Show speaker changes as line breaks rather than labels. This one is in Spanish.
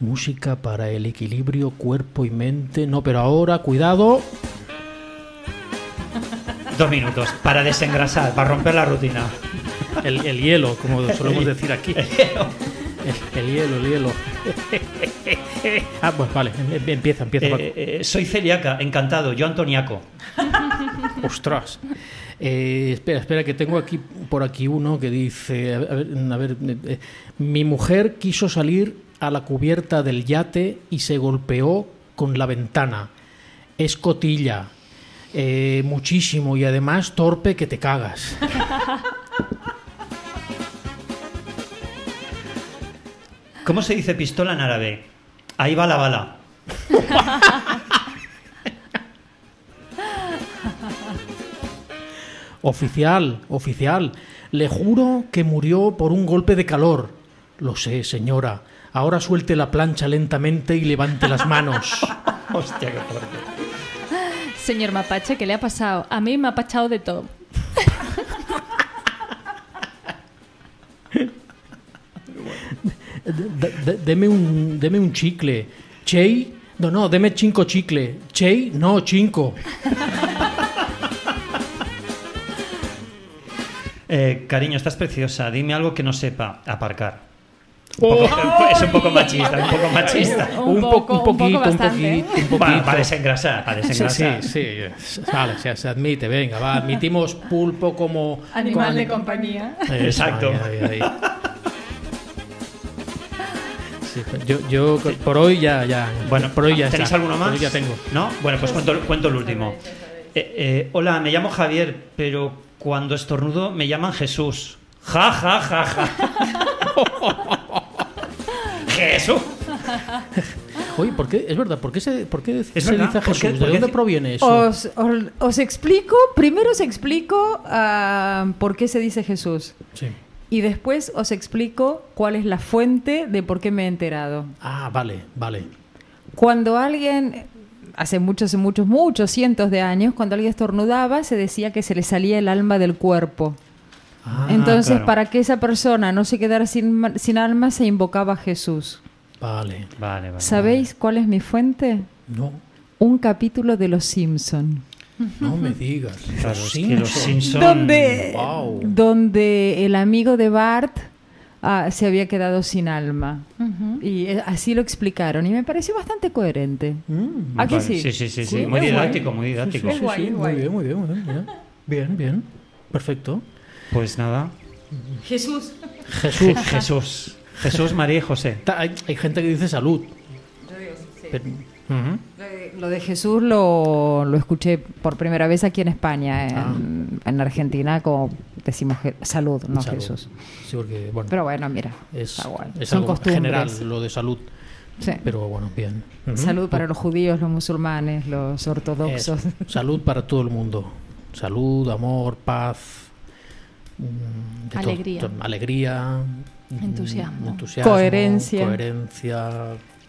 Música para el equilibrio cuerpo y mente. No, pero ahora, cuidado.
Dos minutos para desengrasar, para romper la rutina.
El, el hielo, como solemos decir aquí. El, el hielo, el hielo. Ah, pues vale, em- empieza, empieza. Paco.
Eh, eh, soy celíaca, encantado. Yo Antoniaco.
Ostras. Eh, espera, espera, que tengo aquí por aquí uno que dice, a ver, a ver, eh, eh, mi mujer quiso salir a la cubierta del yate y se golpeó con la ventana. Es cotilla, eh, muchísimo y además torpe que te cagas.
¿Cómo se dice pistola en árabe? Ahí va la bala.
Oficial, oficial, le juro que murió por un golpe de calor. Lo sé, señora. Ahora suelte la plancha lentamente y levante las manos.
Hostia, qué fuerte.
Señor Mapache, ¿qué le ha pasado? A mí me ha pasado de todo.
D- d- deme, un, deme un chicle. Chey, no, no, deme cinco chicle. Chey, no, cinco.
Eh, cariño, estás preciosa. Dime algo que no sepa. Aparcar. Un poco- es un poco machista, un poco machista.
Un
po-
poco, un poco bastante,
poquito, un poquito.
Para, desengrasar, para
Sí, sí,
desengrasar.
sí, es- vale, se, se admite, venga, va, admitimos pulpo como...
Animal de
como-
compañía.
Eso,
Exacto.
ahí, ahí, ahí. Sí, yo, yo por hoy ya, ya.
Bueno,
por hoy ya
¿tenéis
está.
alguno más?
Por hoy ya tengo.
¿No? Bueno, pues cuento, cuento el último. Eh, eh, hola, me llamo Javier, pero cuando estornudo me llaman Jesús. Ja, ja, ja, ja. Jesús.
Oye, ¿por qué? Es verdad, ¿por qué se, por qué se
verdad,
dice a
¿por qué-
Jesús? ¿De
por qué
dónde
se-
proviene eso?
Os, os- os explico, primero os explico ah, por qué se dice Jesús
Sí.
y después os explico cuál es la fuente de por qué me he enterado.
Ah, vale, vale.
Cuando alguien, hace muchos, muchos, muchos cientos de años, cuando alguien estornudaba, se decía que se le salía el alma del cuerpo.
Ah,
Entonces,
claro.
para que esa persona no se quedara sin, ma- sin alma, se invocaba a Jesús.
Vale.
Vale, vale.
¿Sabéis cuál es mi fuente?
No.
Un capítulo de Los Simpson.
No me digas.
Claro,
Los
es que los
Simpson.
Simpson-
donde,
Wow.
donde el amigo de Bart ah, se había quedado sin alma. Y eh, así lo explicaron. Y me pareció bastante coherente.
Mm,
¿A que
Vale,
sí?
Sí, sí, sí. sí.
Sí,
muy
es guay.
didáctico, muy didáctico.
Es guay, es
muy
guay.
bien, muy bien, muy bien. bien. Bien, bien. Perfecto.
Pues nada.
Jesús.
Jesús.
Jesús. Jesús, María y José.
Ta- Hay, hay gente que dice salud. Pero- Ujú.
Lo de- Lo de Jesús lo, lo escuché por primera vez aquí en España. En, en Argentina, como decimos je- salud, no
Ah. Salud.
Jesús.
Sí, porque, bueno,
Pero bueno, mira.
es,
está guay.
es
Son
algo
costumbres.
general lo de salud.
Sí.
Pero bueno, bien. Ujú.
Salud para los judíos, los musulmanes, los
Eso.
ortodoxos.
Salud para todo el mundo. Salud, amor, paz. mm, de todo.
Alegría.
Alegría, mm,
Entusiasmo.
entusiasmo,
Coherencia.
Coherencia.